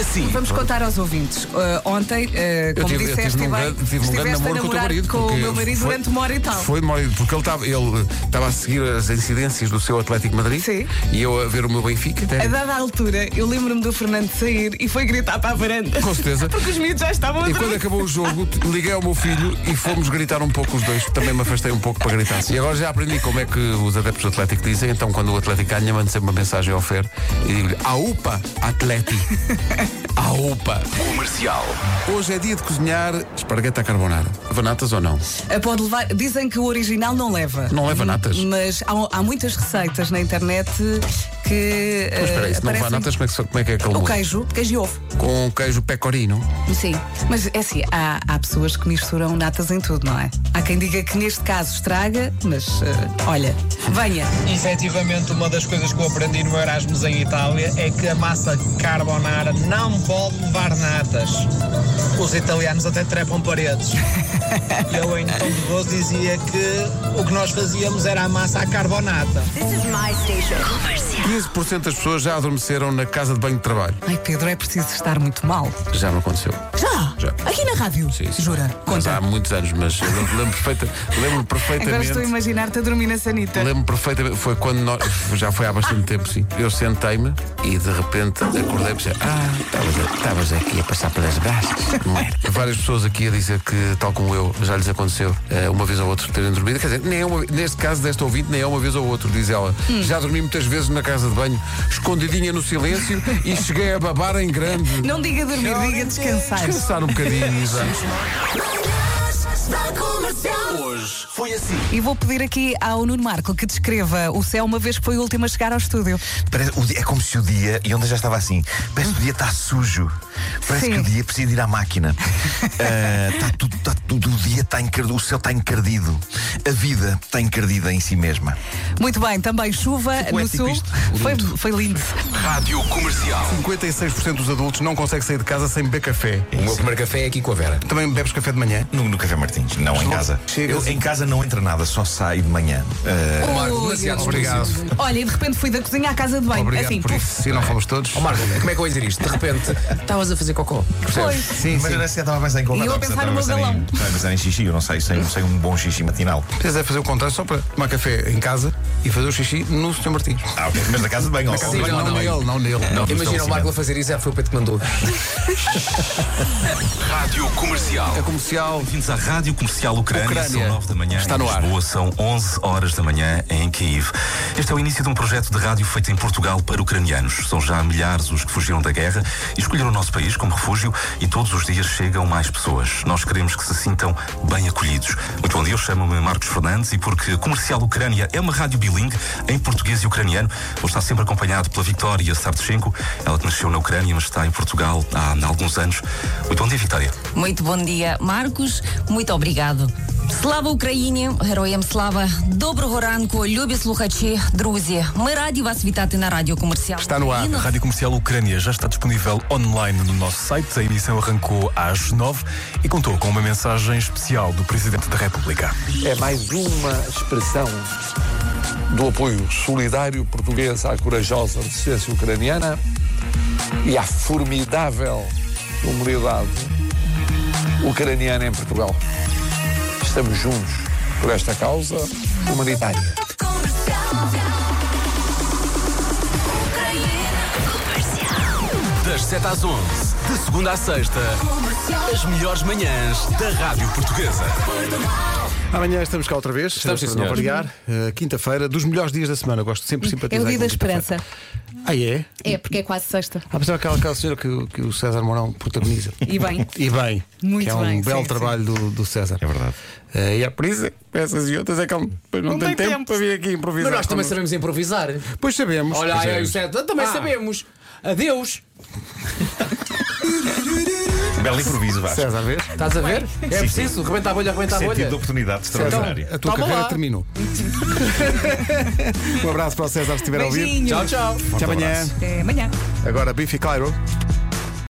assim. Vamos contar aos ouvintes. Uh, ontem, uh, como tive- eu disseste, tive num bem, grande- tive um grande estiveste namoro a com o teu namorar marido, com o porque meu marido foi- durante uma hora e tal. Foi demora, porque ele estava ele estava a seguir as incidências do seu Atlético de Madrid Sim. e eu a ver o meu Benfica. A dada altura, eu lembro-me do Fernando sair e foi gritar para a varanda. Com certeza. Porque os miúdos já estavam a E quando é dormir. acabou o jogo, t- liguei ao meu filho e fomos gritar um pouco os dois. Também me afastei um pouco para gritar. E agora já aprendi como é que os adeptos do Atlético dizem. Então, quando o Atlético ganha, mando sempre uma mensagem ao Fer e digo-lhe: Aupa, Atleti. Aupa. Comercial. Hoje é dia de cozinhar espargueta à carbonara. Vanatas ou não? Ah, Pode levar, dizem que o original não leva. Não é leva natas. Mas há, há muitas receitas na internet que. eh, Mas espera aí, se não aparecem- levar natas, como é que, se- como é, que é aquele O molho? queijo, queijo e ovo. Com um queijo pecorino. Sim. Mas é assim, há, há pessoas que misturam natas em tudo, não é? Há quem diga que neste caso estraga, mas ah, olha, venha. Efetivamente, uma das coisas que eu aprendi no Erasmus em Itália é que a massa carbonara não pode levar natas. Os italianos até trepam paredes. E eu, em tom de voz, dizia que o que nós fazíamos era a massa à carbonata. 15% das pessoas já adormeceram na casa de banho de trabalho. Ai, Pedro, é preciso estar muito mal. Já me aconteceu. Já? Já. Aqui na rádio? Sim, sim. Jura? Mas Conta. há muitos anos, mas eu lembro, lembro perfeita, lembro Agora estou a perfeitamente. imaginar-te a dormir na sanita. Lembro perfeitamente, foi quando nós. Já foi há bastante tempo, sim. Eu sentei-me e de repente acordei e pensei, ah, estavas a- estavas aqui a passar pelas brasas, não era? Várias pessoas aqui a dizer que, tal como eu, já lhes aconteceu eh, uma vez ou outra terem dormido. Quer dizer, nem é uma- neste caso desta ouvinte, nem é uma vez ou outra, diz ela. Hum. Já dormi muitas vezes na casa de banho, escondidinha no silêncio e cheguei a babar em grande. Não diga dormir, diga descansar. Descansar um bocadinho, exato. Hoje foi assim. E vou pedir aqui ao Nuno Marco que descreva o céu uma vez que foi o último a chegar ao estúdio. Parece- o dia- é como se o dia, e ontem já estava assim, parece que o dia está sujo. Parece Sim. que o dia precisa de ir à máquina. Ah, Está tudo, está tudo, o dia está encardido, o céu está encardido. A vida está encardida em si mesma. Muito bem, também chuva no poético sul. isto. Foi, foi lindo. Rádio Comercial. 56% dos adultos não conseguem sair de casa sem beber café. O meu primeiro café é aqui com a Vera. Também bebes café de manhã? No, no Café Martins, não em casa. chegas- Eu, em casa não entra nada, só sai de manhã. Ah, Marco, Ui, demasiado Obrigado. Olha, e de repente fui da cozinha à casa de banho. Obrigado assim, por puf, isso. Se não fomos todos. Ó Marco, como é que eu vou dizer isto? De repente, estavas a fazer cocó. foi. Sim, mas eu sim. não sei, eu estava a pensar em E eu a convidar, pensar estava no meu a pensar galão. em- Estava a pensar em xixi, eu não sei, sem, sem um bom xixi matinal. Tens é fazer o contrário só para tomar café em casa e fazer o xixi no Sr. Martins. Ah, ok, mas na casa de banho, ó, casa de ó, banho, mas não, é. lá nele, não é nele. Não. assim. Imagina o Marco a fazer isso, é foi o Pedro que mandou. Rádio Comercial. É comercial. Bem-vindos à Rádio Comercial Ucrânia. Ucrânia. São 9 da manhã. Está em no ar. Lisboa são 11 horas da manhã em Kiev. Este é o início de um projeto de rádio feito em Portugal para ucranianos. São já milhares os que fugiram da guerra e escolheram o nosso país como refúgio e todos os dias chegam mais pessoas. Nós queremos que se sintam bem acolhidos. Muito bom dia, eu chamo-me Marcos Fernandes e porque Comercial Ucrânia é uma rádio bilingue em português e ucraniano, vou estar sempre acompanhado pela Vitória Sartchenko, ela que nasceu na Ucrânia, mas está em Portugal há alguns anos. Muito bom dia, Vitória. Muito bom dia, Marcos. Muito obrigado. Слава Україні, героям слава! Доброго ранку, любі слухачі, друзі. Ми раді вас вітати на радіо комерціал. Está no ar. Україна. A Rádio Comercial Ucrânia já está disponível online no nosso site. A emissão arrancou às 9 e contou com uma mensagem especial do Presidente da República. é mais uma expressão do apoio solidário português à corajosa resistência ucraniana e à formidável comunidade ucraniana em Portugal. Estamos juntos por esta causa humanitária. Das 7 às 11, de segunda à sexta, as melhores manhãs da Rádio Portuguesa. Amanhã estamos cá outra vez, Estamos, eh, sim, para não senhor. variar. Eh, Quinta-feira, dos melhores dias da semana. Eu Gosto sempre de É simpatizar. o dia com da quinta-feira. esperança. Ah, é? É, porque é quase sexta. Há pessoa aquela, aquela senhora que, que o César Mourão protagoniza. E bem. E bem. Muito que é um bem, belo sim, trabalho do, do César. É verdade. e é por isso que essas e outras é que ele depois não, tem, tempo, para vir aqui improvisar. Mas nós também connosco. sabemos improvisar. Pois sabemos. Olha, Pois é aí, aí, sabemos. o Sérgio, também sabemos. Adeus. Belo improviso, Vasco. César, vês? Estás a ver? É Sim, sim. preciso, rebenta a bolha, rebenta a Sentido bolha. de oportunidade extraordinária. A Tá tua Toma carreira lá. terminou. um abraço para o César se estiver a ouvir. Beijinhos. Tchau, tchau. Até amanhã. Até amanhã. Agora, Biffy Clyro.